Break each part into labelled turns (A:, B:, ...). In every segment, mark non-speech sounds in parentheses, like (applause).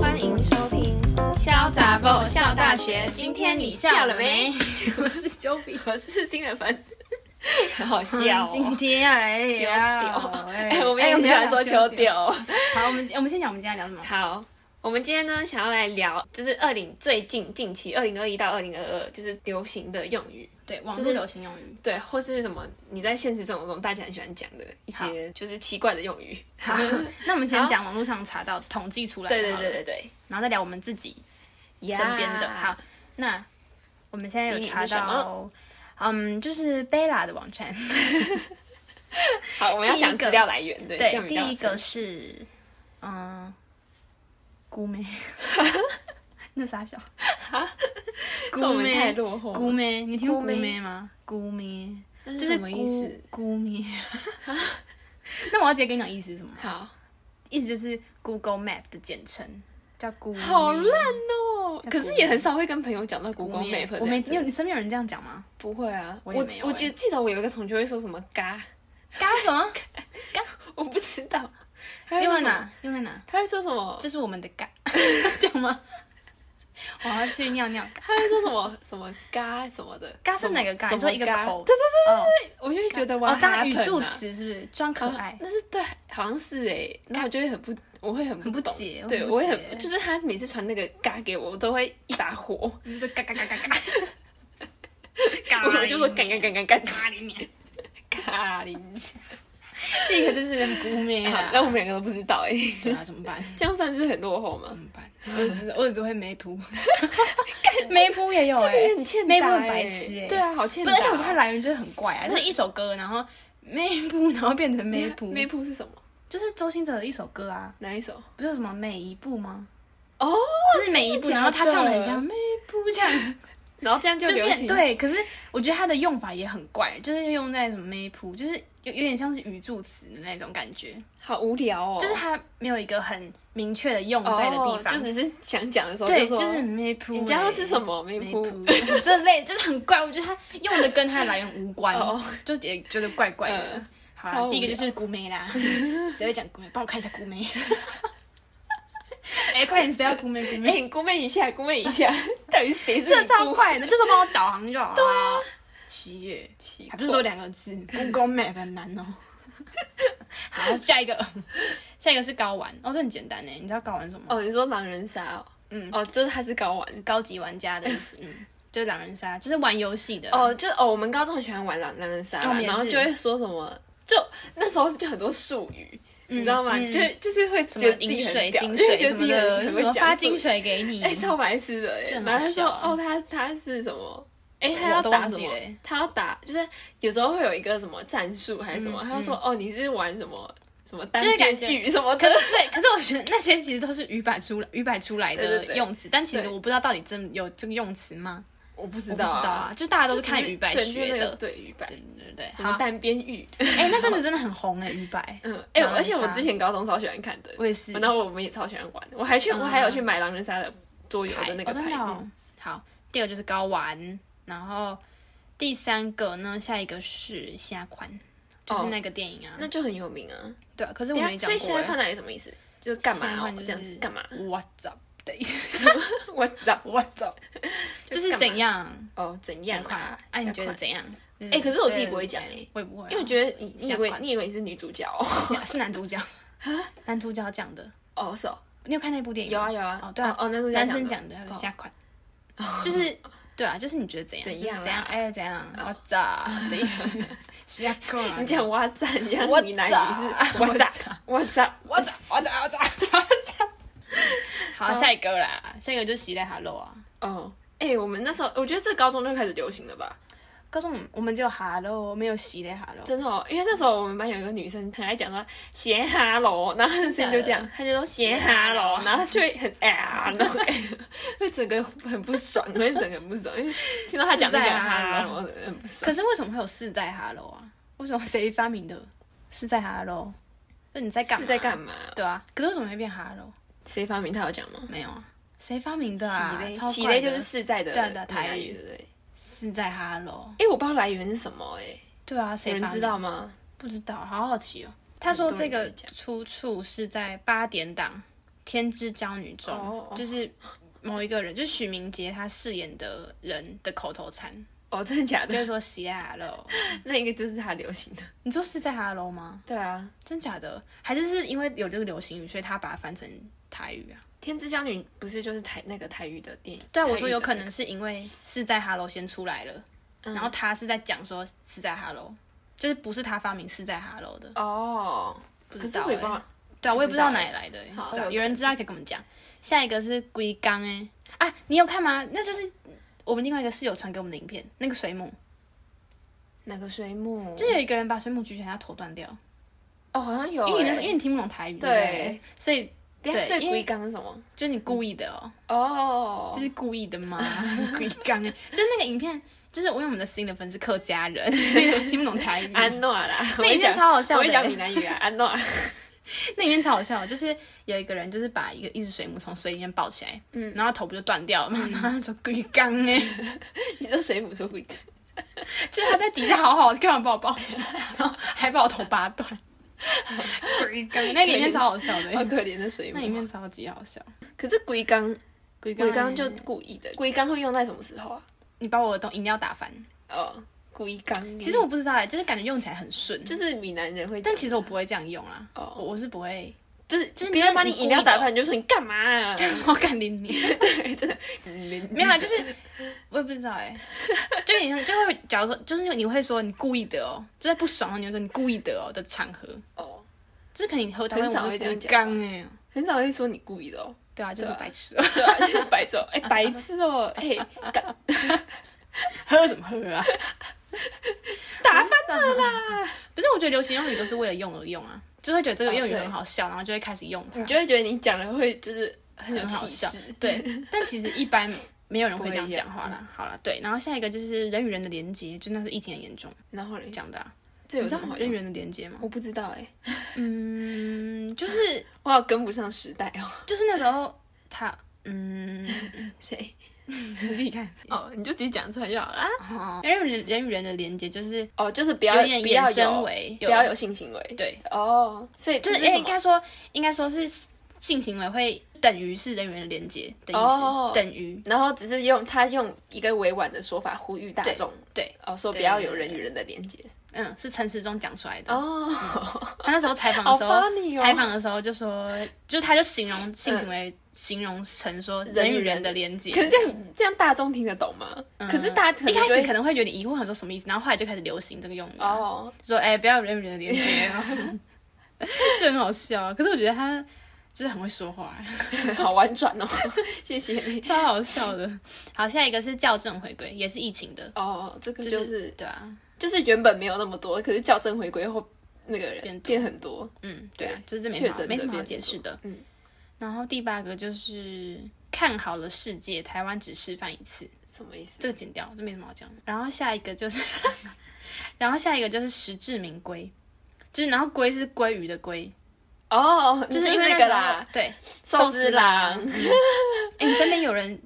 A: 欢迎收听《潇洒爆笑大学》，今天你笑了没？
B: (laughs) 我是九比，
A: 我是新人粉，很 (laughs) 好笑
B: 今
A: 哦。
B: 嗯天要来
A: 秋
B: 聊
A: 屌，(laughs)
B: 哎
A: 哎，我们也没有说秋。屌。
B: 好，我们我们先讲我们今天要聊什么？
A: 好，我们今天呢，想要来聊，就是二零最近近期二零二一到二零二二，就是流行的用语，
B: 对，网
A: 就是
B: 络流行用语。
A: 对，或是什么你在现实生活中大家很喜欢讲的一
B: 好
A: 些，就是奇怪的用语。 (laughs)
B: 好，那我们先讲网络上查到统计出来的
A: 对对
B: 好了
A: 对对对，
B: 然后再聊我们自己身
A: 身
B: 边
A: 边
B: 的。
A: 的。
B: 好，那我们现在
A: 第一
B: 有
A: 名
B: 查
A: 是什
B: 到
A: 么，
B: 嗯，就是 Bella 的网站。
A: 好，我们要
B: 第一
A: 讲
B: 个
A: 资料来源，对，这样比
B: 对，第
A: 较
B: 一
A: 清
B: 个
A: 楚
B: 是，嗯，
A: (laughs)
B: 姑妹，那傻小，
A: 是我
B: 姑
A: 们太
B: 妹，
A: 落后了，
B: 姑妹，你听过
A: 姑
B: 姑
A: 妹
B: 妹吗？姑妹
A: 那
B: 就是是
A: 什么意思？
B: 姑姑妹。那我要直接跟你讲意思是什么吗？
A: 好，
B: 意思就是 Google Map 的简称，叫姑妹。
A: 好烂哦！
B: 叫
A: 可是
B: Google
A: 也很少会跟朋友讲到 Google
B: 姑妹
A: Map，
B: 我没，你
A: 有
B: 有你身边有人这样讲吗？
A: 不会啊？
B: 我
A: 我
B: 也没有
A: 我
B: 欸
A: 记记得我有一个同学会说什么嘎，
B: 干什么？
A: 我不知道，
B: 用在
A: 在？
B: 哪？用在哪？
A: 他会说什么？
B: 这是我们的干， (laughs) 这样吗？我要去尿尿。
A: 他会说什么什么嘎什么的？
B: 嘎是哪个嘎？
A: 什
B: 你
A: 么
B: 说一个
A: 嘎
B: 口？
A: 对，
B: 对
A: 我就会觉得
B: 哦
A: 哇，
B: 哦，当语
A: happen 啊
B: 助词是不是？装可爱
A: 啊，那是对，好像是哎，然后我就会很不，我会很
B: 很不
A: 懂
B: 解
A: 对，
B: 我
A: 我
B: 很
A: 会很
B: 不解
A: 就是他每次传那个嘎给我，我都会一把火，
B: 你就嘎嘎嘎嘎嘎。嘎
A: 我就说干干干干干
B: 咖喱面，
A: 嘎哩。
B: 这个就是很姑妹
A: 好
B: 啊。
A: 那我们两个都不知道哎，
B: 对啊，怎么办？
A: 这样算是很落后吗
B: 怎？么办？我只我只会梅扑， (laughs) 梅扑也有哎、
A: 这个很欠打、欸，
B: 梅普很白痴哎、
A: 对啊，好欠
B: 不
A: 打
B: 是，
A: 哦。
B: 而且我觉得它来源就是很怪啊，就是一首歌，然后梅扑，然后变成梅扑，
A: 梅普是什么？
B: 就是周星哲的一首歌啊，
A: 哪一首？
B: 不是什么每一步吗？
A: 哦，
B: 就是每一步，
A: 真的假的
B: 然后他唱的很像梅扑这样，
A: 然后这样就
B: 就
A: 流
B: 变
A: 行。，
B: 对。可是我觉得它的用法也很怪，就是用在什么梅扑，就是有有点像是语助词的那种感觉，
A: 好无聊哦。
B: 就是它没有一个很明确的用
A: 哦
B: 在的地方，
A: 就只是想讲的时候
B: 对，
A: 说，哦
B: 就是梅扑、
A: 你家要吃什么梅
B: 没
A: 普？
B: 谱 (laughs) 这类就是很怪，我觉得他用的跟他的来源无关
A: 哦，
B: 就也觉得怪怪的
A: 嗯。
B: 好
A: 超无
B: 啦，
A: 聊
B: 第一个就是姑妹
A: (laughs)
B: 啦，谁会讲姑妹？帮我看一下姑妹。哎，快点，谁要姑妹？姑
A: 哎、
B: 妹，
A: 你估妹一下，估妹一下， (laughs) 到底谁是
B: 这
A: 你
B: 超
A: 姑？
B: 快的，就是帮我导航就好了。对啊，七耶，
A: 奇怪
B: 还不是都两个
A: (laughs)
B: 字？Google Map 很难哦。 (laughs) 好，下一个，下一个是睾丸哦，这很简单呢。你知道睾丸是什么吗？
A: 哦，你说狼人杀哦，
B: 嗯
A: 哦，就是他是睾丸。
B: 高级玩家的意思，嗯，就是狼人杀，就是玩游戏的。
A: 哦，就是哦，我们高中很喜欢玩狼狼人杀
B: 我
A: 啦，
B: 们哦也
A: 然后
B: 是
A: 就会说什么，就那时候就很多术语，
B: 嗯，
A: 你知道吗？
B: 嗯
A: 就是就是会
B: 什
A: 觉
B: 么
A: 得自
B: 饮
A: 己
B: 水、
A: 很屌，
B: 金
A: (laughs) 就是
B: 水
A: 觉
B: 什
A: 得自
B: 么
A: 己很
B: 的，
A: 很
B: 什
A: 会
B: 么
A: 讲
B: 发
A: 术语
B: 金水给
A: (laughs)
B: 你，
A: 哎、超白痴的哎、
B: 这很好
A: 然后他说
B: 笑啊
A: 哦，他他是什么？哎、他
B: 我
A: 要
B: 都
A: 打
B: 忘
A: 什
B: 记
A: 么
B: 了欸？
A: 他要打，就是有时候会有一个什么战术还是什么？他就说、哦，你是玩什么什么单
B: 嗯就是感
A: 边
B: 觉
A: 玉什么
B: 可
A: 的？
B: 是对，可是我觉得那些其实都是语法出来语法出来
A: 对
B: 的
A: 对对
B: 用词，但其实
A: 对
B: 我不知道到底真有这个用词吗？
A: 我不知
B: 我不知道
A: 道啊
B: 啊，，就大家都是
A: 就只
B: 看语法
A: 对就是
B: 学
A: 那个
B: 的，
A: 对语白。
B: 对对对。
A: 什
B: 好
A: 么，单边玉？
B: 哎，那真的真的很红哎，语法，
A: 嗯，哎、
B: 狼人
A: 而且我
B: 杀
A: 之前高中超喜欢看的，
B: 我也是。
A: (laughs)
B: 嗯
A: 然后哦我们也超喜欢玩，我还去，我还有去买狼人杀的桌游的那个
B: 哦真
A: 牌
B: 的。哦好，第二个就是睾丸，然后第三个呢，下一个是虾款，就是
A: 哦
B: 那个电影啊
A: 那。就很有名啊。
B: 对啊，可是我
A: 等一下
B: 没讲
A: 所以现
B: 过
A: 在
B: 哎
A: 看。到底什么意思？就干嘛
B: 虾
A: 哦
B: 款就
A: 这样子
B: 是
A: 干嘛？
B: What's up 的意思？
A: (laughs) 我操！
B: 我走，就是
A: 干嘛
B: 怎样
A: 哦，怎
B: 这
A: 样啊？
B: 哎，你觉
A: 这
B: 得
A: 样？
B: 怎样？欸
A: 哎、可是我自己不会讲哎、
B: 我也不会啊，
A: 因为我觉得你你以
B: 想
A: 为
B: 款
A: 你以为你是女主角哦？
B: 得是男主角，男主角讲的。
A: 哦，是哦，
B: 你有看那部电影
A: 有
B: 吗？
A: 啊有啊。
B: 哦对啊
A: 哦，那时候
B: 男生
A: 讲
B: 讲的他说下款，就是对啊，就是你觉得怎样？
A: 怎样啊
B: 怎样？哎，怎样？我操的
A: (laughs)
B: 意思，下款。
A: 的，你讲哇赞，你讲
B: 哦我
A: 你男
B: 咋 (laughs)
A: 你是哇赞哇赞，
B: 我操，我操，我操，我操。
A: (laughs)
B: 好，下一个啦，下一个就是喜来哈喽啊。
A: 哦。哎、我们那时候，我觉得这高中就开始流行了吧？
B: 高中我们我们只有哈喽，没有喜来哈喽。
A: 真的哦，因为那时候我们班有一个女生很爱讲说斜哈喽，然后她的声音就这样，她就说斜哈喽，然后就会很啊那种感觉， (laughs) 会整个很不爽，会整个很不爽，因为听到她讲那
B: 是
A: 个
B: 在哈
A: 哈
B: 喽
A: 喽很不爽。
B: 可是为什么会有四在哈喽啊？为什么谁发明的四在哈喽？那你在干嘛？
A: 是在干嘛？
B: 对啊，可是为什么会变哈喽？
A: 谁发明？她有讲吗？
B: 没有啊，谁发明的啊
A: 喜？嘞，
B: 超怪
A: 喜嘞就
B: 的
A: 是世在的
B: 对啊对啊
A: 闽南
B: 台语
A: 语，对不对？
B: 是在哈喽。
A: 哎、我不知道来源是什么、欸，
B: 对啊，
A: 哎，有
B: 谁
A: 人
B: 发明
A: 知道？吗？
B: 不知道，好好奇哦。他说这
A: 很多
B: 个
A: 人在
B: 出处是在八点档《天之娇女》中，
A: 哦哦
B: 就是某一个人，就是许明杰他饰演的人的口头禅，
A: 哦，真的假
B: 就
A: 的？
B: 是说 “hello”。
A: 那个就是他流行的。
B: 你说是在 “hello” 吗？
A: 对啊，
B: 真假的？还是是因为有这个流行语，所以他把它翻成台语啊？
A: 《天之娇女》不是就是台那个台语的电影？
B: 对啊，
A: 台语
B: 我说有
A: 的
B: 可
A: 那
B: 能是因为是在 “hello” 先出来了，
A: 嗯
B: 然后他是在讲说是在 “hello”，就是不是他发明是在 “hello” 的。
A: 个哦，
B: 不
A: 可
B: 知
A: 是
B: 道、
A: 我也不知
B: 欸
A: 道。
B: 对啊，我也不
A: 不
B: 知
A: 知
B: 道
A: 道
B: 哪
A: 欸
B: 里来的欸、
A: 好
B: 不知道
A: 有
B: 有人知道可以跟我们讲。下一个是龟缸哎，啊，你有看吗？那就是我们另外一个室友传给我们的影片，那个水母，
A: 哦哪个水母？
B: 就有一个人把水母举起来，他头断掉，
A: 哦，好像有欸。
B: 因为你那时候因为你听不懂台语，
A: 对
B: 对不对，所以
A: 等一下，
B: 对
A: 所以
B: 因为
A: 龟缸是什么？
B: 就是你故意的哦，
A: 哦，
B: 就是故意的
A: (laughs)
B: 嘛，龟缸哎，就那个影片，就是我因为我们的新的粉是客家
A: (laughs)
B: 人，所以都听不懂台语。
A: 安诺 (laughs) 啦。
B: 那
A: 我
B: 影
A: 会
B: 片
A: 讲，
B: 超好
A: 我
B: 笑
A: 会
B: 的
A: 讲
B: 欸、
A: 闽南语 (laughs) 啊，安诺。
B: 那里面超好笑的，就是有一个人就是把一个一只水母从水里面抱起来，嗯，然后头不就断掉了
A: 嗯
B: 嘛，然后他说龟缸哎，
A: 你说水母说龟缸？
B: 就是他在底下好好的，干嘛把我抱起来，然后还把我头拔断，
A: (laughs)
B: 龟缸，那里面超好笑
A: 好
B: 的，
A: 可怜的水
B: 那里
A: 母。
B: 面超级好笑。
A: 可是龟缸，
B: 龟缸，
A: 龟缸就故意的。龟缸会用在什么时候啊？
B: 你把我的东饮料打翻，
A: 哦，龟缸。
B: 其实我不知道哎、就是感觉用起来很顺，就
A: 就是是闽南人会讲，
B: 但其实我不会这样用啦，
A: 哦
B: 我我是不
A: (laughs)
B: 会，
A: 不是，
B: 就是
A: 别
B: 你
A: 人把
B: 你
A: 你
B: 故
A: 饮
B: 意
A: 料打
B: 的
A: 翻，你就说你干嘛 (laughs) 啊？
B: 我敢淋你， (laughs) 没有啦，啊就是我也不知道
A: (laughs)
B: 哎、就你就会假如说，就是你会说你故意的哦，就在不爽的你就说你故意的哦的场合，
A: 哦，
B: 就是可能你喝台湾
A: 很少
B: 我
A: 会
B: 会
A: 这样
B: 故意
A: 讲
B: 刚哎，
A: 很少会说你故意的哦。
B: 对啊，就是
A: 对啊
B: 白痴哦， (laughs)
A: 对 (laughs) 啊，就是白痴哦，哎，白痴哦，哎，干
B: 喝什么喝啊？
A: 打翻啊
B: 了啦！不是，我觉得流行用语都是为了用而用啊，就会觉得这个
A: 哦
B: 用语很好笑，然后就会开始用它
A: 你，就会觉得你讲了会就是很有
B: 很好
A: 气
B: 笑
A: 势。。
B: 对，
A: (laughs)
B: 但其实一般没有人会
A: 不会
B: 这样
A: 这样
B: 讲话啦。好了，对，然后下一个就是人与人的连接，就那时候疫情很严重
A: 然后嘞，
B: 讲的、啊，
A: 这
B: 你
A: 有
B: 知
A: 什
B: 道
A: 么好
B: 人与
A: 用？
B: 人的连接吗？
A: 我不知道哎，
B: 嗯，
A: (laughs)
B: 就是
A: 我好跟不上时代哦。
B: 就是那时候他，嗯，
A: (laughs) 谁？
B: 你自己看。
A: 哦，你就直接讲出来就好啦。
B: 哦，人与人人与人的连接就是
A: 哦，就是不要
B: 有点
A: 不要
B: 衍生
A: 有
B: 为
A: 不要有性行为。
B: 对，
A: 哦，所以
B: 就是
A: 这
B: 诶
A: 什
B: 应
A: 么？
B: 该说应该说是性行为会等于是人与人的连接的意思，
A: 哦
B: 等于
A: 然后只是用他用一个委婉的说法呼吁大
B: 对
A: 众，
B: 对，
A: 哦，说不
B: 对
A: 要
B: 对
A: 有
B: 对
A: 人
B: 对
A: 与人的连接。
B: 嗯，是陈时中讲出来的。
A: 哦，
B: 他那时候采访
A: 好
B: 的时候。
A: funny 哦。
B: 采访的时候就说，就他就
A: 嗯
B: 形容性行为，形容成说人与人的连接。
A: 可是这样这样大众听得懂吗？
B: 嗯
A: 可是大家可能
B: 一开
A: 就
B: 始
A: 会
B: 可能会有点疑惑，想说什么意思，然后后来就开始流行这个用语啊，
A: 哦， (laughs)
B: 就说哎、不要有人与人的连接，然后就很好笑啊。可是我觉得他就是很会说话，
A: (laughs) 好婉转哦， (laughs) 谢谢 (laughs) 你。
B: 超好笑的。好，下一个是校正回归，也是疫情的，
A: 哦，这个
B: 就、
A: 就是是
B: 对啊，
A: 就是原本没有那么多，可是校正回归后，那个
B: 变
A: 人
B: 多
A: 变很多。
B: 嗯，对啊，
A: 对
B: 就是没
A: 确
B: 什么
A: 诊
B: 没
A: 者
B: 什么好
A: 变
B: 解
A: 多
B: 释的。
A: 嗯，
B: 然后第八个就是看好了世界，台湾只示范一次，
A: 什么意思？
B: 这个剪掉，这没什么好讲的。然后下一个就是， (laughs) 然后下一个就是实至名归，就是然后龟是鲑鱼的龟，
A: 哦，
B: 就
A: 你
B: 是因为
A: 那
B: 时
A: 个
B: 候
A: 啦，，嗯
B: 对，
A: 寿司郎。
B: 诶你身边有
A: (laughs)
B: 人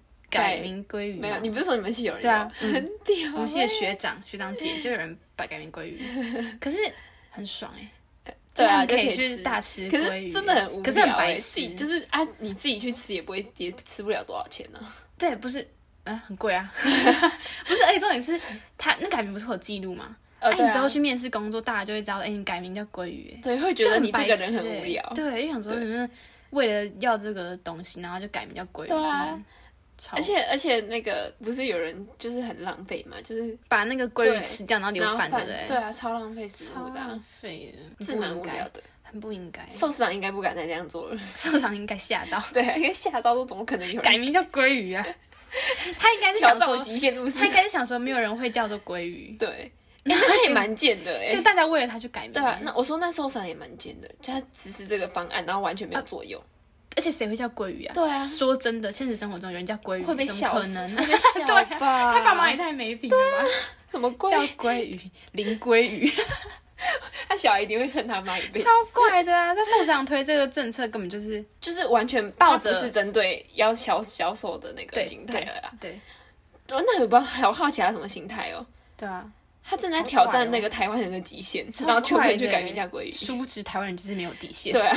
A: 改
B: 改名鲑鱼吗
A: 没有，你不是说你们系有人？哦
B: 嗯对啊，
A: 很屌。
B: 我们系的学长学长姐就有人改改名
A: (laughs)
B: 鲑鱼，可是很爽哎、
A: 对啊
B: 就是他们
A: 就
B: 可
A: 可以
B: 去
A: 吃
B: 大吃
A: 可
B: 鲑鱼，
A: 是真的很无聊欸，
B: 可是很白
A: 自己
B: 痴，
A: 就是啊，你自己去吃也不会也吃不了多少钱啊呢。
B: 对，不是，呃，很
A: (laughs)
B: 贵啊，不是，而且重点是他那改名不是有记录吗？哎、
A: 呃，对
B: 你之后
A: 啊，
B: 去面试工作，大家就会知道，哎、你改名叫鲑鱼、哎，
A: 对，会觉
B: 就
A: 得你这
B: 白
A: 个人
B: 痴
A: 很
B: 哎
A: 无聊。
B: 对，就想说
A: 对
B: 你是为了要这个东西，然后就改名叫鲑鱼，
A: 对啊
B: 真的超，
A: 而且而且那个不是有人就是很浪费嘛，就是
B: 把那个鲑鱼
A: 对
B: 吃掉，然后留
A: 拿
B: 饭，对欸不
A: 对啊，超浪费食
B: 超
A: 物的啊、
B: 浪费的，
A: 是
B: 很不
A: 蛮
B: 应
A: 无
B: 该
A: 聊，的。
B: 很不应该， (laughs)
A: 寿司郎应该不敢再这样做了，
B: 社长应该吓到，
A: 对啊，应该吓到都怎么可能有人
B: 改名叫鲑鱼
A: (laughs)
B: 啊，他应该是想
A: 挑战我
B: 说，
A: 极限路
B: 他
A: 线 (laughs)
B: 应？该是想说，没有人会叫做鲑鱼，
A: 对，哎那也蛮贱的哎、
B: 就大家为了他去改名，
A: 对啊，那我说那寿司郎也蛮贱的，就他实施这个方案，然后完全没有作用，
B: 而且谁会叫鲑鱼啊？
A: 对啊
B: 说真的，现实生活中有人叫鲑鱼，
A: 会被
B: 怎么
A: 笑
B: 可
A: 死，
B: 能
A: 会被笑
B: (laughs) 对啊
A: 吧？啊
B: 他爸妈也太没品了吧！
A: 什么怪
B: 叫？鲑鱼，林鲑鱼，
A: 他小孩一定会恨他妈一辈子
B: 超，怪的啊！他社长推这个政策根本就是
A: 就是完全
B: 抱
A: 抱
B: 着
A: 着是针对要销销售的那个
B: 对
A: 心态了啦。啊
B: 对
A: 哦，那也不知道，好好奇他什么心态哦。哦
B: 对啊！
A: 他正在挑战那个台湾人的极限，
B: 超
A: 然后就会
B: 快
A: 去
B: 的
A: 改
B: 欸
A: 变一下规律。
B: 殊不知台湾人就是没有底线，
A: 对，啊，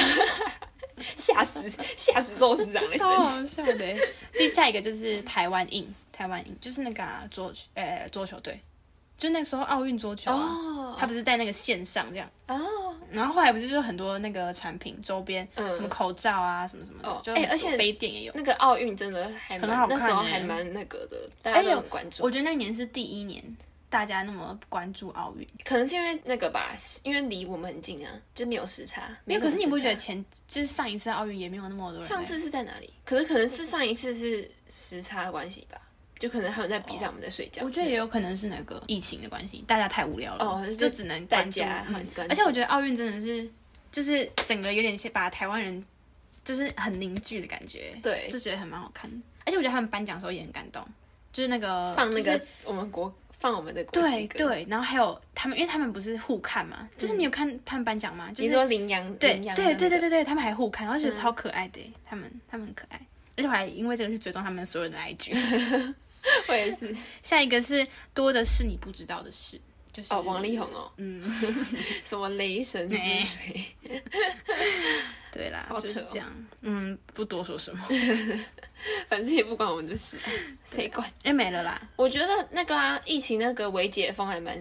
A: 吓死吓死寿司长
B: (laughs)
A: (laughs)
B: 超
A: 了！
B: 好笑的欸。第下一个就是台湾印，台湾印就是那个啊、桌呃桌球队，就那时候奥运桌球啊、
A: 哦
B: 他不是在那个线上这样，
A: 哦，
B: 然后后来不是就有很多那个产品周边，
A: 嗯
B: 什么口罩啊，什么什么的，
A: 哦
B: 就
A: 哎
B: 很多
A: 而且
B: 杯垫也有。
A: 那个奥运真的还蛮
B: 很好看
A: 那时候
B: 欸哎
A: 还蛮那个的，大家都很关注。
B: 我觉得那一年是第一年大家那么关注奥运，
A: 可能是因为那个吧，因为离我们很近啊，就没有时差。
B: 没有。
A: 什么
B: 可是你不
A: 时
B: 觉
A: 差
B: 得前就是上一次奥运也没有那么多人？
A: 啊上次是在哪里？可是可能是上一次是时差的关系吧，就可能他们在比赛，我们在睡觉。
B: 我觉得也有可能是那个疫情的关系，大家太无聊了，
A: 哦就是
B: 就只能
A: 大
B: 关注。
A: 家
B: 嗯
A: 很关注，
B: 而且我觉得奥运真的是，就是整个有点像把台湾人就是很凝聚的感觉，
A: 对
B: 就觉得很蛮好看的。而且我觉得他们颁奖的时候也很感动，就是那个
A: 放那
B: 就是
A: 个我们国放我们的国
B: 对
A: 旗歌。嗯
B: 对，然后还有他们，因为他们不是互看嘛，就是你有看他们颁奖吗？就
A: 你
B: 是
A: 说羚羊，
B: 对
A: 羚
B: 对
A: 羊
B: 对对
A: 的那个嗯
B: 对对，他们还互看，然后觉得超可爱的耶，他们他们很可爱，而且我还因为这个去追踪他们所有人的 IG。
A: 我也是。
B: (laughs) 下一个是多的是你不知道的事，就是
A: 哦，王力宏哦，
B: 嗯，
A: (laughs) 什么雷神之锤？ (laughs)
B: 对啦，
A: 好
B: 就是
A: 扯哦
B: 这样，嗯，不多说什么，
A: 反正也不关我们的事，谁管？
B: 因为没了哎啦。
A: 我觉得那个啊，疫情那个微解封还蛮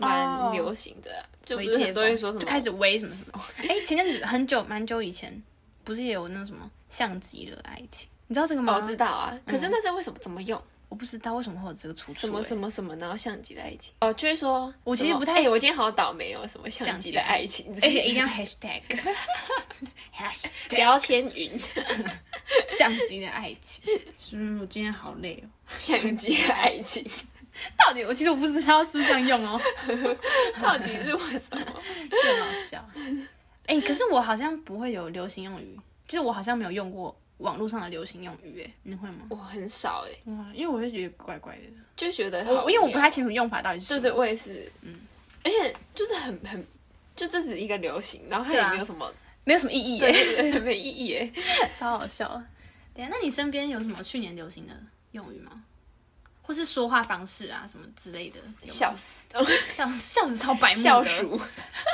B: 哦
A: 蛮流行的啊，就不
B: 微
A: (laughs) 是
B: 解
A: 很多
B: 封
A: 人说什
B: 就
A: 么
B: 开始微什么什么。哎，前阵子很久蛮久以前，不是也有那什么像极了爱情？你知道这个吗？嗯
A: 哦，知道啊。可是那是为什么？怎么用？
B: 我不知道为什么会有这个出处、
A: 什么
B: 哎 (laughs)
A: 什么什么，然后像极的爱情？哦，就是说，
B: 我其实
A: 什么
B: 不太
A: 哎我今天好倒霉哦，什么像
B: 像
A: 极
B: 极
A: 的
B: 的
A: 爱情之
B: 而
A: 类的，
B: 哎且一定要 hashtag (laughs) hashtag
A: 标签
B: (laughs)
A: 云，
B: 相机的爱情。 (laughs) 嗯，我今天好累哦。
A: 像极的爱情，
B: 到底我其实我不知道是不是这样用哦，
A: 到底是为什么？
B: 就很好笑。哎、可是我好像不会有流行用语，就是我好像没有用过网络上的流行用语，哎，你会吗？
A: 我很少哎，
B: 哇，因为我会觉得怪怪的，
A: 就觉得好
B: 我因为我
A: 无
B: 不
A: 聊
B: 太清楚用法到底是什
A: 对
B: 么。
A: 对，我也是，嗯，而且就是很很，就这只是一个流行，然后它也
B: 对啊
A: 没有什么， (laughs)
B: 没有什么意义，
A: 对
B: 哎，
A: 对对，没意义哎。
B: 超好笑。等一下，那你身边有什么去年流行的用语吗？或是说话方式啊，什么之类的？有吗
A: 笑死，
B: 笑笑死超白目的，
A: 笑鼠，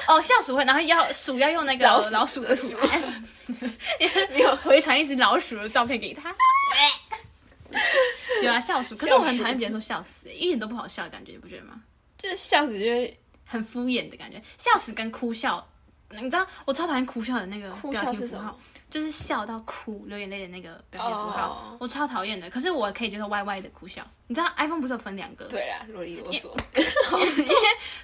B: 哦，笑鼠会，然后要鼠要用那
A: (laughs)
B: 个
A: 老鼠
B: 老鼠的鼠，哎
A: (laughs) 没有
B: 回传一只老鼠的照片给他。 (laughs) 有啊，笑鼠，可是我很讨厌别人说笑死、一点都不好笑的感觉，你不觉得吗？
A: 就是笑死，就会
B: 很敷衍的感觉，笑死跟哭笑，你知道我超讨厌哭笑的那个
A: 哭
B: 表
A: 笑
B: 情
A: 是
B: 符
A: 什
B: 号
A: 么，
B: 就是笑到哭流眼泪的那个表情符号
A: 哦
B: 我超讨厌的。可是我可以接受歪歪的哭笑，你知道 iPhone 不是有分两个，
A: 对啦，啰里啰嗦。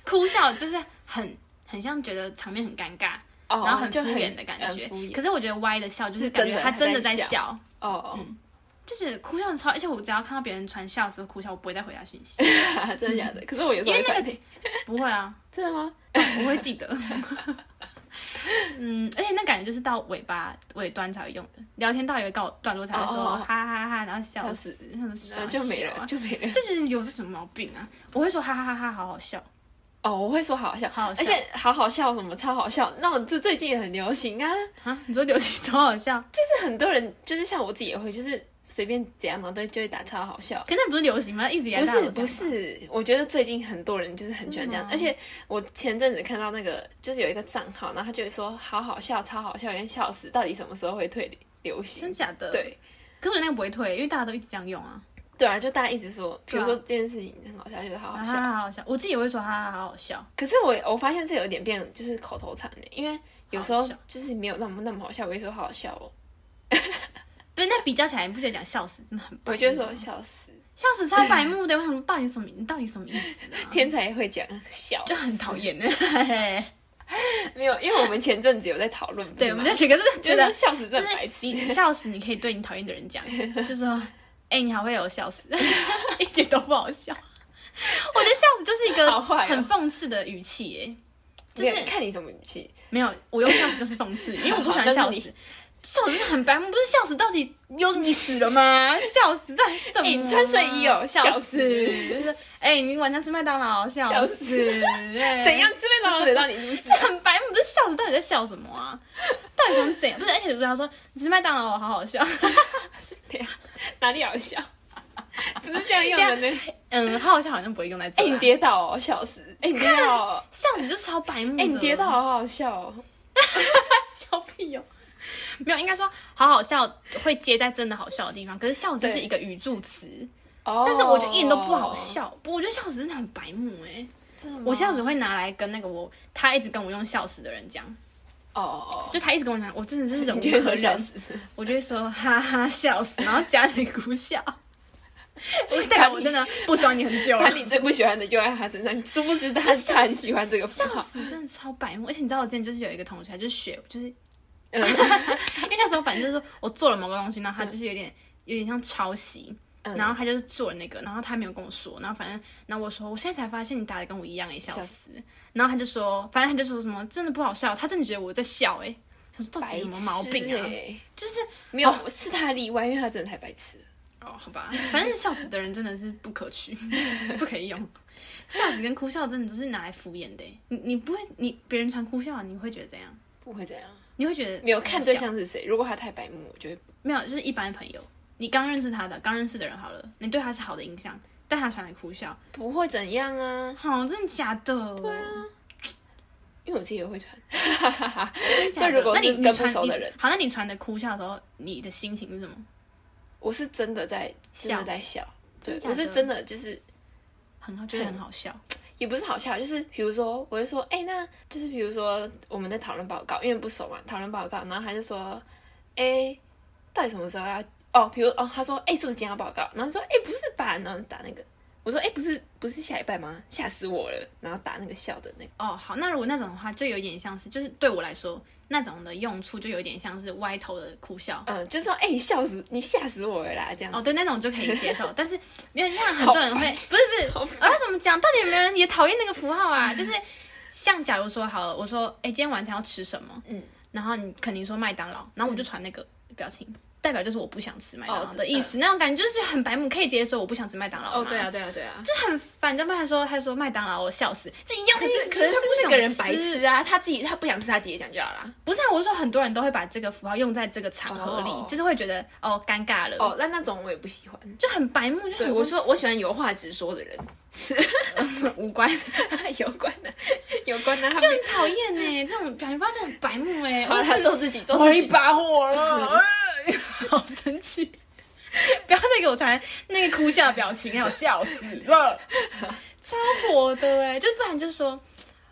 B: 哭笑就是很很像觉得场面很尴尬，
A: 哦，
B: 然后很敷
A: 就很
B: 衍的感觉
A: 很敷。衍
B: 可是我觉得歪的笑就是
A: 是
B: 感
A: 真的
B: 觉他真的在
A: 他在
B: 笑，
A: 哦，
B: 嗯就是哭笑超。而且我只要看到别人传笑死哭笑，我不会再回他讯
A: (laughs)
B: 息，
A: 哦真的假的？可是我有时
B: 嗯因
A: 候
B: 为
A: 会
B: 那
A: 传
B: 个
A: 给
B: (laughs) 不会啊，
A: 真的吗？
B: 我会记得。 (laughs) 嗯，而且那感觉就是到尾巴尾端才会用的，聊天到一个告段落才会说
A: 哦哦
B: 哈
A: 哦
B: 哈哈哈，然后笑死
A: 笑，
B: 那种笑
A: 然后嗯就没
B: 笑
A: 了，
B: 啊。
A: 就没了。
B: 这就是有什么毛病啊？我会说哈哈哈哈，好好笑。
A: 哦，我会说好好笑，
B: 好好笑
A: 而且好好笑什么超好笑，那种这最近也很流行啊。
B: 啊，你说流行超好笑，
A: 就是很多人，就是像我自己也会，就是随便怎样，然后都就会打超好笑。
B: 可那不是流行吗？一直以来
A: 不
B: 大家
A: 是
B: 都这
A: 不
B: 样吧，
A: 是，我觉得最近很多人就是很喜欢这样，而且我前阵子看到那个就是有一个账号，然后他就会说好好笑、超好笑，有点笑死，到底什么时候会退流
B: 真
A: 行？
B: 假的？，
A: 对
B: 可是我那个不会退，因为大家都一直这样用啊。
A: 对啊，就大家一直说，比如
B: 对
A: 说
B: 啊
A: 这件事情很好笑，就是好
B: 哈
A: 好
B: 哈
A: 笑。
B: 好好笑，我自己也会说哈哈好好笑。
A: 可是我我发现这有点变，就是口头禅呢，因为有时
B: 好
A: 候
B: 笑
A: 就是没有那么那么好笑，我会说好好笑哦，
B: 不是，那比较起来，你不觉得讲笑死真的很白
A: 我
B: 目吗？
A: 就会说笑死，
B: 笑死超白目的。我想说，到底什么？你到底什么意思啊？
A: 天才会讲笑，
B: 就很讨厌的。嘿嘿
A: 没有，因为我们前阵子有在讨论，不
B: (laughs) 对，
A: 是
B: 我
A: 吗
B: 们就觉 (laughs) 得是
A: 觉
B: 觉
A: 得
B: 得
A: 笑死
B: 就
A: 真的白
B: 是
A: 痴，
B: 你 (laughs) 笑死，你可以对你讨厌的人 (laughs) 讲，就说：“哎，你好会有笑死， (laughs) 一点都不好笑。” (laughs) 我觉得笑死就是一
A: 好
B: 个
A: 坏哦
B: 很讽刺的语气，哎，
A: 就是
B: 就是
A: 看你什么语气。
B: 没有，我用笑死就是讽刺，因为我不喜欢笑
A: 好那
B: 死。笑死很白目，不是笑死到底有你死
A: (laughs)
B: 了吗？笑死到底是怎么、
A: 哎你穿睡衣哦
B: 笑
A: 笑死！
B: 哎、你晚上吃麦当劳，笑
A: 笑
B: 死！
A: 死
B: 哎
A: 怎样吃麦当劳惹到你是不是
B: 就？很白目，不是笑死到底在笑什么啊？到底想怎样？不是，而且如果他说你吃麦当劳，好好笑，
A: (laughs) 哪里好笑？
B: 不是这样用的呢。嗯，他好像好像不会用在这
A: 哎、
B: 啊。
A: 你跌倒哦，笑死！哎、你跌倒、哦，
B: 笑死就超白目的。
A: 哎、你跌倒好好笑哦。
B: 笑屁哟、没有，应该说好好笑会接在真的好笑的地方，可是笑只是一个语助词，
A: 哦
B: 但是我觉得一点都不好，笑。不，我觉得笑死真的很白目哎、
A: 真的吗
B: 我笑死会拿来跟那个我他一直跟我用笑死的人讲，
A: 哦哦，
B: 就他一直跟我讲，我真的是忍
A: 哦，
B: 无可
A: 我笑
B: 忍，
A: 死。 (laughs)
B: 我就会说哈哈笑死，然后加你苦笑。 (laughs) 我代表我真的不爽你很久
A: 把
B: 了。
A: 你最不喜欢的就在他身上，殊不知他他很喜欢这个符 (laughs)
B: 笑
A: 号。
B: 死，真的超白目。而且你知道，我之前就是有一个同学，他就是学，就是
A: 嗯，
B: (laughs) 因为那时候反正就是说我做了某个东西，然后他就是有点、有点像抄袭，
A: 嗯
B: 然后他就是做了那个，然后他没有跟我说，然后反正然后我说我现在才发现你打的跟我一样诶、欸笑死，然后他就说反正他就说什么真的不好笑，他真的觉得我在笑诶、他说到底
A: 白
B: 有什么毛病啊？
A: 欸
B: 就是
A: 没有，是他例外，因为他真的太白痴了。
B: 哦，好吧，反正笑死的人真的是不可取， (laughs) 不可以用。笑死跟哭笑真的都是拿来敷衍的、欸，你你不会，你别人传哭笑，你会觉得怎样？
A: 不会这样，
B: 你会觉得
A: 没有看对
B: 好笑，
A: 象是谁。如果他太白目，我就会
B: 没有，就是一般的朋友，你刚认识他的，刚认识的人好了，你对他是好的印象，但他传来哭笑，
A: 不会怎样啊，
B: 好，真的假的？对啊，
A: 因为我自己也会传。
B: 真的假的
A: 就如果
B: 那
A: 是
B: 你你
A: 跟不
B: 传
A: 熟的
B: 你
A: 人
B: 好，那你传的哭笑的时候，你的心情是什么？
A: 我是真的在真
B: 笑
A: 的在笑，对
B: 真假
A: 我
B: 的
A: 是真的就是
B: 很好，觉得很好笑，
A: 也不是好笑，就是比如说，我就说，哎、那就是比如说我们在讨论报告，因为不熟嘛，讨论报告，然后他就说，哎、到底什么时候要？哦，比如哦，他说，哎、是不是今天要报告？然后说，哎、不是吧？然后打那个，我说，哎、不是，不是下礼拜吗？吓死我了！然后打那个笑的那个，
B: 哦，好，那如果那种的话，就有点像是，就是对我来说，那种的用处就有点像是歪头的哭笑。
A: 嗯，就是说，哎、你笑死，你吓死我了啦，这样子。
B: 哦哦，对，那种就可以接
A: (laughs)
B: 受，但是因为像很多人会，不是不是，我啊要怎么讲？到底有没有人也讨厌那个符号啊？
A: 嗯
B: 就是像假如说好了，我说，哎，今天晚餐要吃什么？
A: 嗯，
B: 然后你肯定说麦当劳，然后我就传那个表情，代表就是我不想吃麦当劳
A: 哦
B: 的意思，那种感觉就是很白目，可以直接说我不想吃麦当劳嘛。
A: 对啊，对啊，对啊。
B: 就是很烦。你知道他说，他说麦当劳，我笑死，这一样的
A: 可
B: 意
A: 是
B: 思，
A: 可是
B: 他不
A: 那
B: 想
A: 个人白
B: 吃
A: 痴啊，他自己他不想吃，他自己也讲就好啦。
B: 不是啊，我是说很多人都会把这个符号用在这个场合里，
A: 哦
B: 就是会觉得哦尴尬了，
A: 哦，那那种我也不喜欢。
B: 就很白目，就
A: 对，
B: 很
A: 我说我喜欢有话直说的人。
B: (laughs) 无关，
A: (laughs) 有关的，有关的，他
B: 就很讨厌呢。这种表情包真的很白目哎，
A: 好
B: 我
A: 啦，他
B: 真的
A: 做自己，做自己。
B: 把
A: (laughs)
B: 火了，哎好生气。不要再给我传那个哭笑的表情，让我笑
A: (laughs)
B: 死了，超火的哎！就不然就说，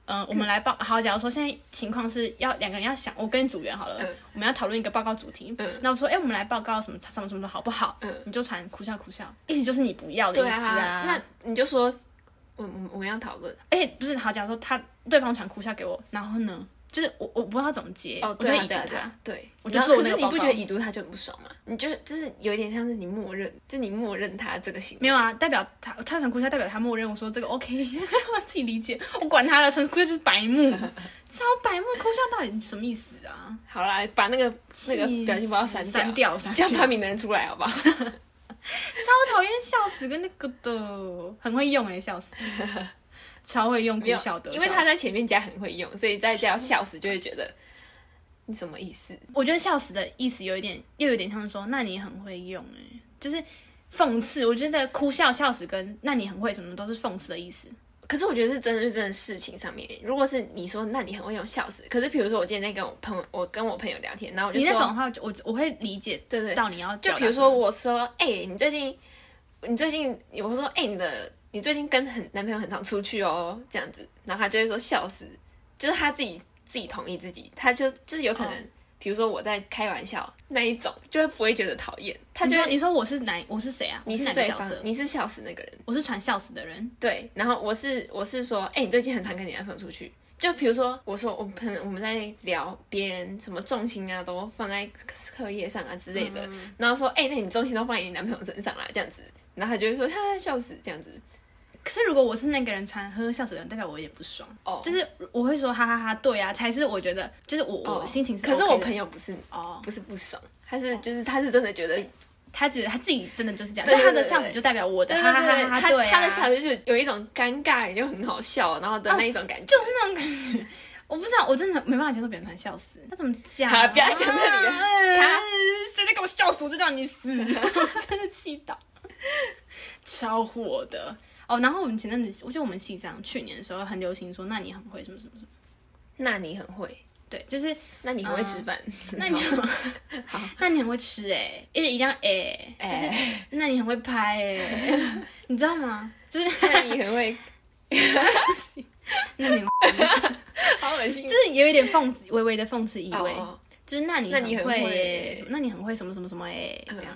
B: 嗯、我们来报好。假如说现在情况是要两个人要想，我跟组员好了，我们要讨论一个报告主题。
A: 嗯
B: 那我说，哎、我们来报告什么什么什么好不好？
A: 嗯
B: 你就传哭笑哭笑，意思就是你不要的意
A: 对
B: 思
A: 啊，那你就说，我我我们要讨论。
B: 而且哎不是好，假如说他对方传哭笑给我，然后呢，就是我我不知道怎么接，我就
A: 对
B: 会
A: 啊
B: 已
A: 对
B: 读
A: 啊对
B: 他。
A: 啊，对。
B: 我就
A: 然后可
B: 做那
A: 是
B: 个
A: 你不
B: 报
A: 觉得
B: 告
A: 已读他就很不爽吗？你就就是有一点像是你默认，就你默认他这个行为。
B: 没有啊，代表他他传哭笑，代表他默认我说这个 OK，我 (laughs) 自己理解，我管他的，纯哭笑就是白
A: (laughs)
B: 目，超白目，哭笑到底什么意思啊？
A: 好啦，把那个那个表情包删
B: 删
A: 掉，
B: 掉，删
A: 叫
B: 掉，
A: 发明的人出来好不好？
B: 超讨厌笑死跟那个的，很会用哎、笑
A: (laughs)
B: 死，超会用哭
A: 没有
B: 笑的，，
A: 因为他在前面加很会用，所以再加笑死就会觉得你什么意思？
B: 我觉得笑死的意思有一点，又有点像说，那你很会用哎、就是讽刺。我觉得哭笑笑死跟那你很会什么都是讽刺的意思。
A: 可是我觉得是真的是真的事情上面，如果是你说，那你很会用笑死。可是比如说我今天在跟我朋友，我跟我朋友聊天，然后我就
B: 你
A: 说，
B: 那种的话，我我我会理解
A: 对对，
B: 到你要
A: 就
B: 表达
A: 比如
B: 什
A: 说
B: 么，
A: 我说，哎、你最近，你最近，我说，哎、你的，你最近跟很男朋友很常出去哦，这样子，然后他就会说笑死，就是他自己自己同意自己，他就就是有可
B: 哦
A: 能，比如说我在开玩笑那一种，就会不会觉得讨厌，他
B: 你
A: 就
B: 说
A: 会
B: 你说我是哪我是谁啊？
A: 你
B: 我是
A: 是
B: 哪个
A: 对
B: 角
A: 方
B: 色，？
A: 你是笑死那个人，
B: 我是传笑死的人。
A: 对，然后我是我是说，哎、你最近很常跟你男朋友出去。就比如说，我说我可能我们在聊别人什么重心啊，都放在课业上啊之类的，
B: 嗯
A: 然后说，哎、那你重心都放在你男朋友身上啦，啊这样子，然后他就会说，哈哈，笑死，这样子，
B: 可是如果我是那个人传呵呵笑死的人，代表我有点不爽。
A: 哦，
B: 就是是我会说哈哈哈，对啊，才是我觉得就是我、我心情是
A: 哦
B: OK
A: 可
B: 的、
A: 是我朋友不是
B: 哦，哎
A: 不是不爽，他是就是他是真的觉得，
B: 他觉得他自己真的就是这样，
A: 对对
B: 就他的
A: 对
B: 笑死
A: 对
B: 就代表我的
A: 对对
B: 哈哈哈
A: 对，
B: 哈
A: 他
B: 对啊，
A: 他的笑就是有一种尴尬，也就很好笑，然后的那一种感觉，
B: 就是那种感觉。我不知道，我真的没办法接受别人传笑死，那怎么讲、
A: 好
B: 啊？哎
A: 了不要讲这里了
B: (laughs) 他谁在给我笑死，我就让你死，真的气到。超火的哦。然后我们前阵子，我觉得我们系上去年的时候很流行说，那你很会什么什么什么，
A: 那你很会，
B: 对，就是
A: 那你很会吃饭，
B: 啊
A: (laughs)
B: 那你很那你很会吃哎、而且一定要哎、
A: 哎、
B: 那你很会拍哎、
A: (laughs)
B: 你知道吗？就是
A: 那你很
B: (laughs)
A: 会，
B: 那你
A: 好恶 (laughs) 心，
B: 就是有一点讽刺，微微的讽刺意味，
A: 哦
B: 就是那你
A: 那你
B: 很
A: 很
B: 会
A: 会嗯
B: 欸什么那你很会什么什么什么哎、这样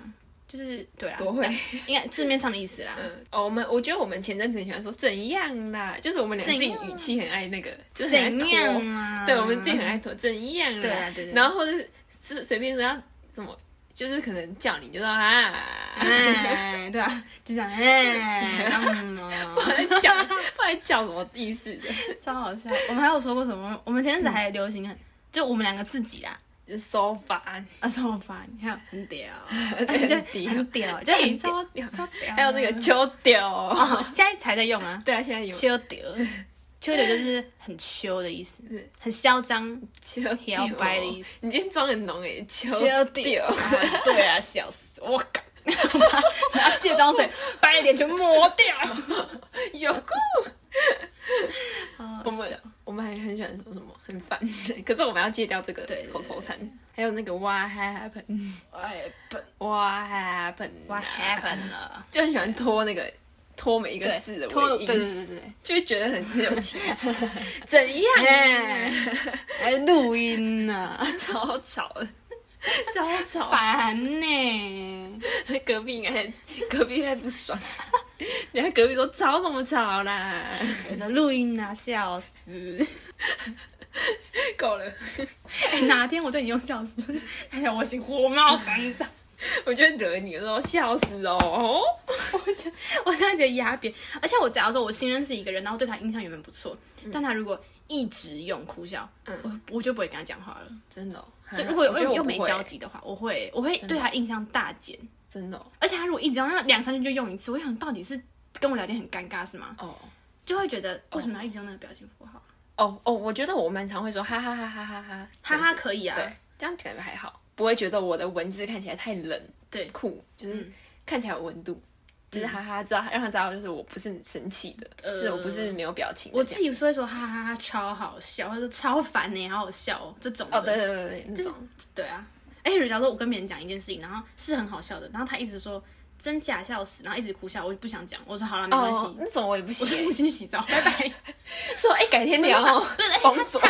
B: 就是对啦，
A: 多会。
B: 应该字面上的意思啦。
A: 嗯，哦，我们我觉得我们前阵子很喜欢说怎样啦，就是我们俩自己
B: 怎样
A: 语气很爱那个，就是很
B: 怎
A: 爱拖
B: 样啊？
A: 对，我们自己很爱拖，怎样啦？
B: 对啊对对
A: 然后或者是是随便说要什么，就是可能叫你就说
B: (laughs)
A: 啊，
B: 哎，对啊，就这
A: (laughs)
B: 样哎，嗯啊
A: 不然叫不然叫什么意思的，
B: 超好笑。我们还有说过什么？我们前阵子还流行很，就我们两个自己啦，
A: 就是 so far，
B: 啊，超烦，还有很屌，
A: (laughs) 对
B: 就
A: 很屌哎
B: 很屌，就
A: 就
B: 很
A: 很
B: 屌。
A: (laughs) 超屌，还有那个秋屌，
B: 啊哦，现在才在用啊，
A: 对啊，现在有
B: 秋屌，秋屌就是很秋的意思
A: 对，
B: 很嚣张。
A: 秋
B: 摇摆的意思。
A: 你今天妆很浓诶，秋
B: 秋屌
A: 屌，
B: 啊对啊，笑死我！ (laughs) 靠把把卸妆水把你脸全抹掉。
A: (laughs) 有够。
B: 好好
A: 我
B: 啊笑
A: 们我们还很喜欢说什么很烦， (laughs) 可是我们要戒掉这个
B: 对对对
A: 口头禅，还有那个 What happened？What
B: 哎不
A: happened？
B: ，What happened
A: (laughs)
B: 了？
A: 就很喜欢拖那个拖每一个
B: 对，
A: 字的
B: 脱
A: 尾
B: 对对
A: 音，
B: 对对对，
A: 就会觉得很很有气 (laughs) 势。怎
B: 哎
A: 样？
B: (laughs) 还哎录音啊呢，
A: 超吵的，超吵。
B: 烦呢。
A: 隔壁应该隔壁应该不爽， (laughs) 人家隔壁说吵什么吵啦，
B: 有时候哎录音呢，笑死。
A: 够了。
B: 哎哪天我对你用笑死，代表我已经火冒三 (laughs) 丈，
A: 我就会惹你，我说笑死哦。
B: 我现在觉得压扁。而且我假如说我信任是一个人，然后对他印象原本不错，但他如果一直用哭笑，
A: 嗯
B: 我我就不会跟他讲话了。
A: 真的哦、
B: 就
A: 啊
B: 如果
A: 我觉
B: 又
A: 得我
B: 又
A: 不
B: 没
A: 会
B: 交集的话，我会我会
A: 真的
B: 对他印象大减。
A: 真的哦
B: 而且他如果一直用，那两三句就用一次，我想到底是跟我聊天很尴尬是吗？
A: 哦
B: 就会觉得为什么要一直用那个表情符号？
A: 哦哦，我觉得我蛮常会说哈哈哈哈哈哈，
B: 哈哈，可以
A: 这
B: 啊
A: 样子，对，这样感觉还好，不会觉得我的文字看起来太冷
B: 对
A: 酷，就是
B: 嗯
A: 看起来有温度，就是哈哈，知道让他知道就是我不是生气的，
B: 呃
A: 就是我不是没有表情的
B: 我
A: 这
B: 自
A: 样。
B: 己是会说哈哈哈超好笑，或者说超烦呢、好好笑哦这种的
A: 哦，对对对对，那种
B: 对啊。哎，假如说我跟别人讲一件事情，然后是很好笑的，然后他一直说真假笑死，然后一直哭笑，我就不想讲，我说好了没关
A: 哦，
B: 系，
A: 那种我也不
B: 我说
A: 行
B: 我，先去洗澡，拜拜。
A: (laughs) 说哎改天聊 (laughs) 哦，
B: 对，哎，
A: 封锁，
B: 他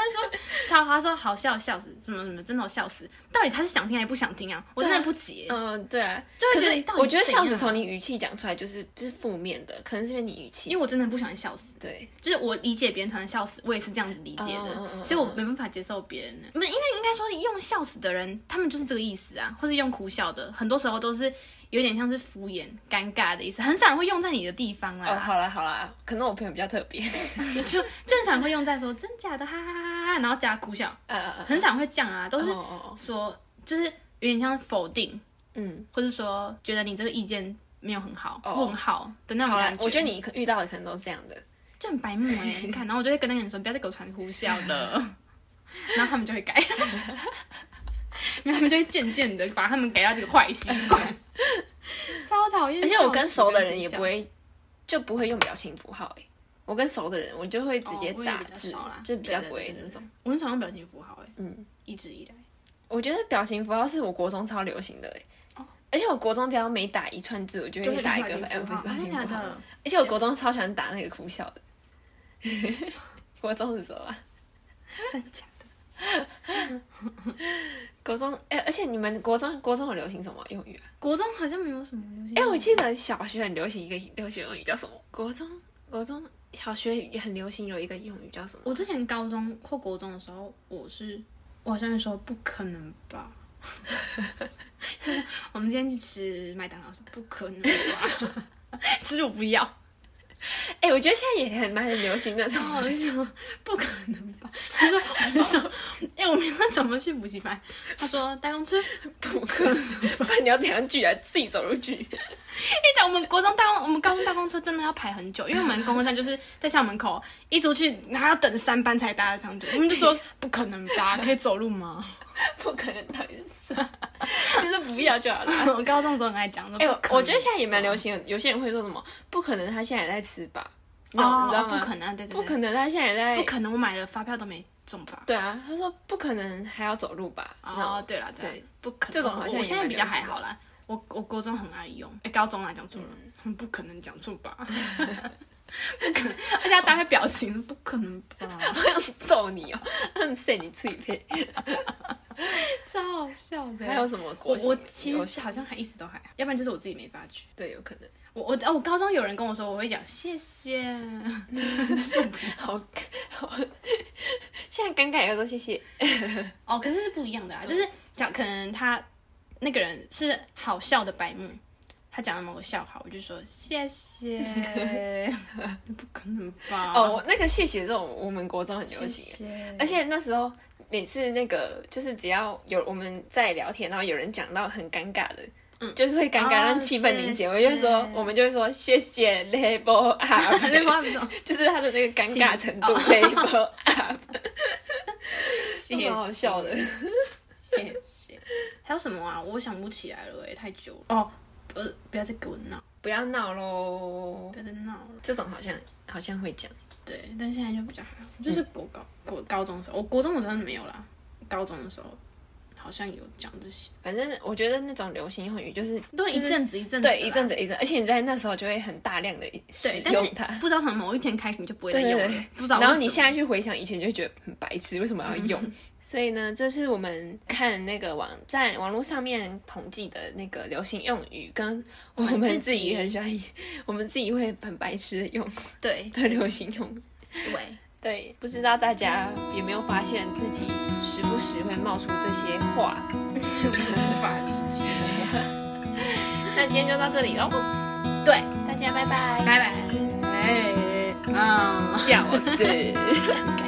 B: 说超华说好笑笑死，什么什么真的好笑死，到底他是想听还是不想听啊？我真的不解。
A: 嗯，对啊，
B: 就会
A: 可
B: 觉得
A: 是
B: 你到底
A: 我觉得
B: 是怎样
A: 笑死从你语气讲出来就是就是负面的，可能是因为你语气
B: 因为我真的不喜欢笑死，
A: 对，
B: 就是我理解别人突然笑死，我也是这样子理解的，
A: 嗯嗯嗯嗯
B: 所以我没办法接受别人的。不是，因为应该说用笑死的人，他们就是这个意思啊，或是用苦笑的，很多时候都是有点像是敷衍、尴尬的意思，很少人会用在你的地方
A: 哦，
B: 啦，
A: 好啦好啦，可能我朋友比较特别，
B: (laughs) 就就很少人会用在说真假的，哈哈哈哈哈，然后加苦笑，
A: 呃，呃
B: 很少人会这样啊，都
A: 呃
B: 是
A: 哦哦哦，
B: 说就是有点像否定。
A: 嗯。
B: 或者说觉得你这个意见没有很好，
A: 哦
B: 问号的那种
A: 好啦
B: 感，
A: 我觉得你可遇到的可能都是这样的。
B: 就很白目哎、 (laughs) 你看，然后我就会跟那个人说，不要再给我传呼笑 (laughs) 了，然后他们就会改， (laughs) 然后他们就会渐渐的把他们改到这个坏习惯， (laughs) 超讨厌。
A: 而且我跟熟的人也不
B: 会，
A: 会，就不会用表情符号、欸。我跟熟的人，我就会直接
B: 哦我也
A: 打
B: 比较
A: 字，
B: 少啦
A: 就比较不
B: 对
A: 会
B: 对对
A: 那
B: 对
A: 种。
B: 我很少用表情符号哎、
A: 嗯，
B: 一直以来，
A: 我觉得表情符号是我国中超流行的、欸，
B: 哦
A: 而且我国中只要每打一串字，我就
B: 就是
A: 会打一
B: 表
A: 个
B: 情
A: 呃不
B: 符
A: 是表
B: 号，啊
A: 情
B: 真
A: 符
B: 的
A: 号
B: 假，的？
A: 而且我国中超喜欢打那个哭笑的。 (laughs) 国中的时候啊，
B: (laughs) 真的假的？
A: 国中哎、而且你们国中国中有流行什么用语啊？
B: 国中好像没有什么流行。
A: 哎、我记得小学很流行一个流行用语叫什么？国中国中小学也很流行有一个用语叫什么？
B: 我之前高中或国中的时候，我是我好像会说不可能吧，就是我们今天去吃麦当劳，我说不可能吧， (laughs) 其实我不要，
A: 哎、我觉得现在也很蛮流行那种， (laughs)
B: 好像不可能吧，他说我就说，哎、我们要怎么去补习班？他说搭公车，
A: 不可能，不然你要怎样去啊？自己走路去？
B: 哎、但我们国中大公，我们高中大公车真的要排很久，因为我们公车站就是在校门口，一出去然后要等三班才搭得上去，我们就说不可能吧，可以走路吗？ (laughs)
A: 不可能，到底是谁？就是不要就好了。
B: (laughs) 我高中的时候很爱讲，
A: 哎、
B: 哎，
A: 我我觉得现在也蛮流行的，有些人会说什么不可能，他现在也在吃吧？你知道你知道吗？
B: 哦不可，能，啊对对，
A: 不可能，他现在也在
B: 不可能，我买了发票都没中发。
A: 对啊，他说不可能还要走路吧？
B: 哦，
A: 哦，
B: 对了对啦
A: 对，
B: 不可能，
A: 这种好像
B: 我
A: 也
B: 现在
A: 蛮
B: 比较
A: 流行的
B: 还
A: 嗯
B: 好啦。我我国中很爱用，哎，高中来讲错了，很不可能讲错
A: (laughs)
B: 吧？不可能，而且要搭配表情，不可能吧？
A: (laughs) 我想揍你哦，嗯，塞你脆配。
B: 超好笑的
A: 还有什么国
B: 我
A: 型
B: 我其
A: 流
B: 实
A: 行
B: 好像还一直都还好，要不然就是我自己没发觉。
A: 对有可能，
B: 我我哦，我高中有人跟我说，我会讲谢谢，
A: 好，好，现在尴尬也要说谢谢。
B: 哦，可是是不一样的啦，就是讲可能他那个人是好笑的白目，他讲了某个笑话，我就说
A: (laughs)
B: 谢谢，不可能吧？
A: 哦，我那个谢谢这种，我们国中很流行耶，
B: 谢谢，
A: 而且那时候每次那个就是只要有我们在聊天，然后有人讲到很尴尬的。就会尴尬，
B: 啊
A: 让气氛凝结。
B: 谢谢
A: 我就会说，我们就会说谢谢 level up， (laughs)
B: 那话不是
A: 就是他的那个尴尬程度啊
B: 哦
A: level (laughs) up，
B: (laughs) 谢谢，
A: 蛮好笑的。
B: 谢谢。还有什么啊？我想不起来了、哎，太久了。哦，不，不要再给我闹，
A: 不要闹喽
B: 不，要再闹了。
A: 这种好像好像会讲。
B: 对，但现在就比较还好，就是
A: 嗯
B: 国高、国高中的时候，我国中的时候没有啦，高中的时候好像有讲这些，
A: 反正我觉得那种流行用语就是
B: 对，
A: 就
B: 一
A: 是
B: 阵子一阵子，
A: 对一阵。子一阵，而且你在那时候就会很大量的使
B: 对，但
A: 用
B: 是
A: 它。
B: 不知道从某一天开始你就不会再
A: 对
B: 用
A: 对
B: 了，嗯
A: 对
B: 不知道为什么。
A: 然后你现在去回想以前，就会觉得很白痴，为什么要用？ (laughs) 所以呢，这是我们看那个网站网络上面统计的那个流行用语，跟我
B: 们
A: 们
B: 自
A: 自
B: 己
A: 己很喜
B: (laughs)
A: 欢，我们自己会很白痴地用
B: 对
A: 的流行用
B: (laughs)
A: 语。
B: 对，
A: 对，不知道大家有没有发现自己时不时会冒出这些话？
B: 就无法理解。
A: 那今天就到这里喽，
B: 对，
A: (laughs) 大家拜拜，
B: 拜拜。哎，嗯。
A: 笑死。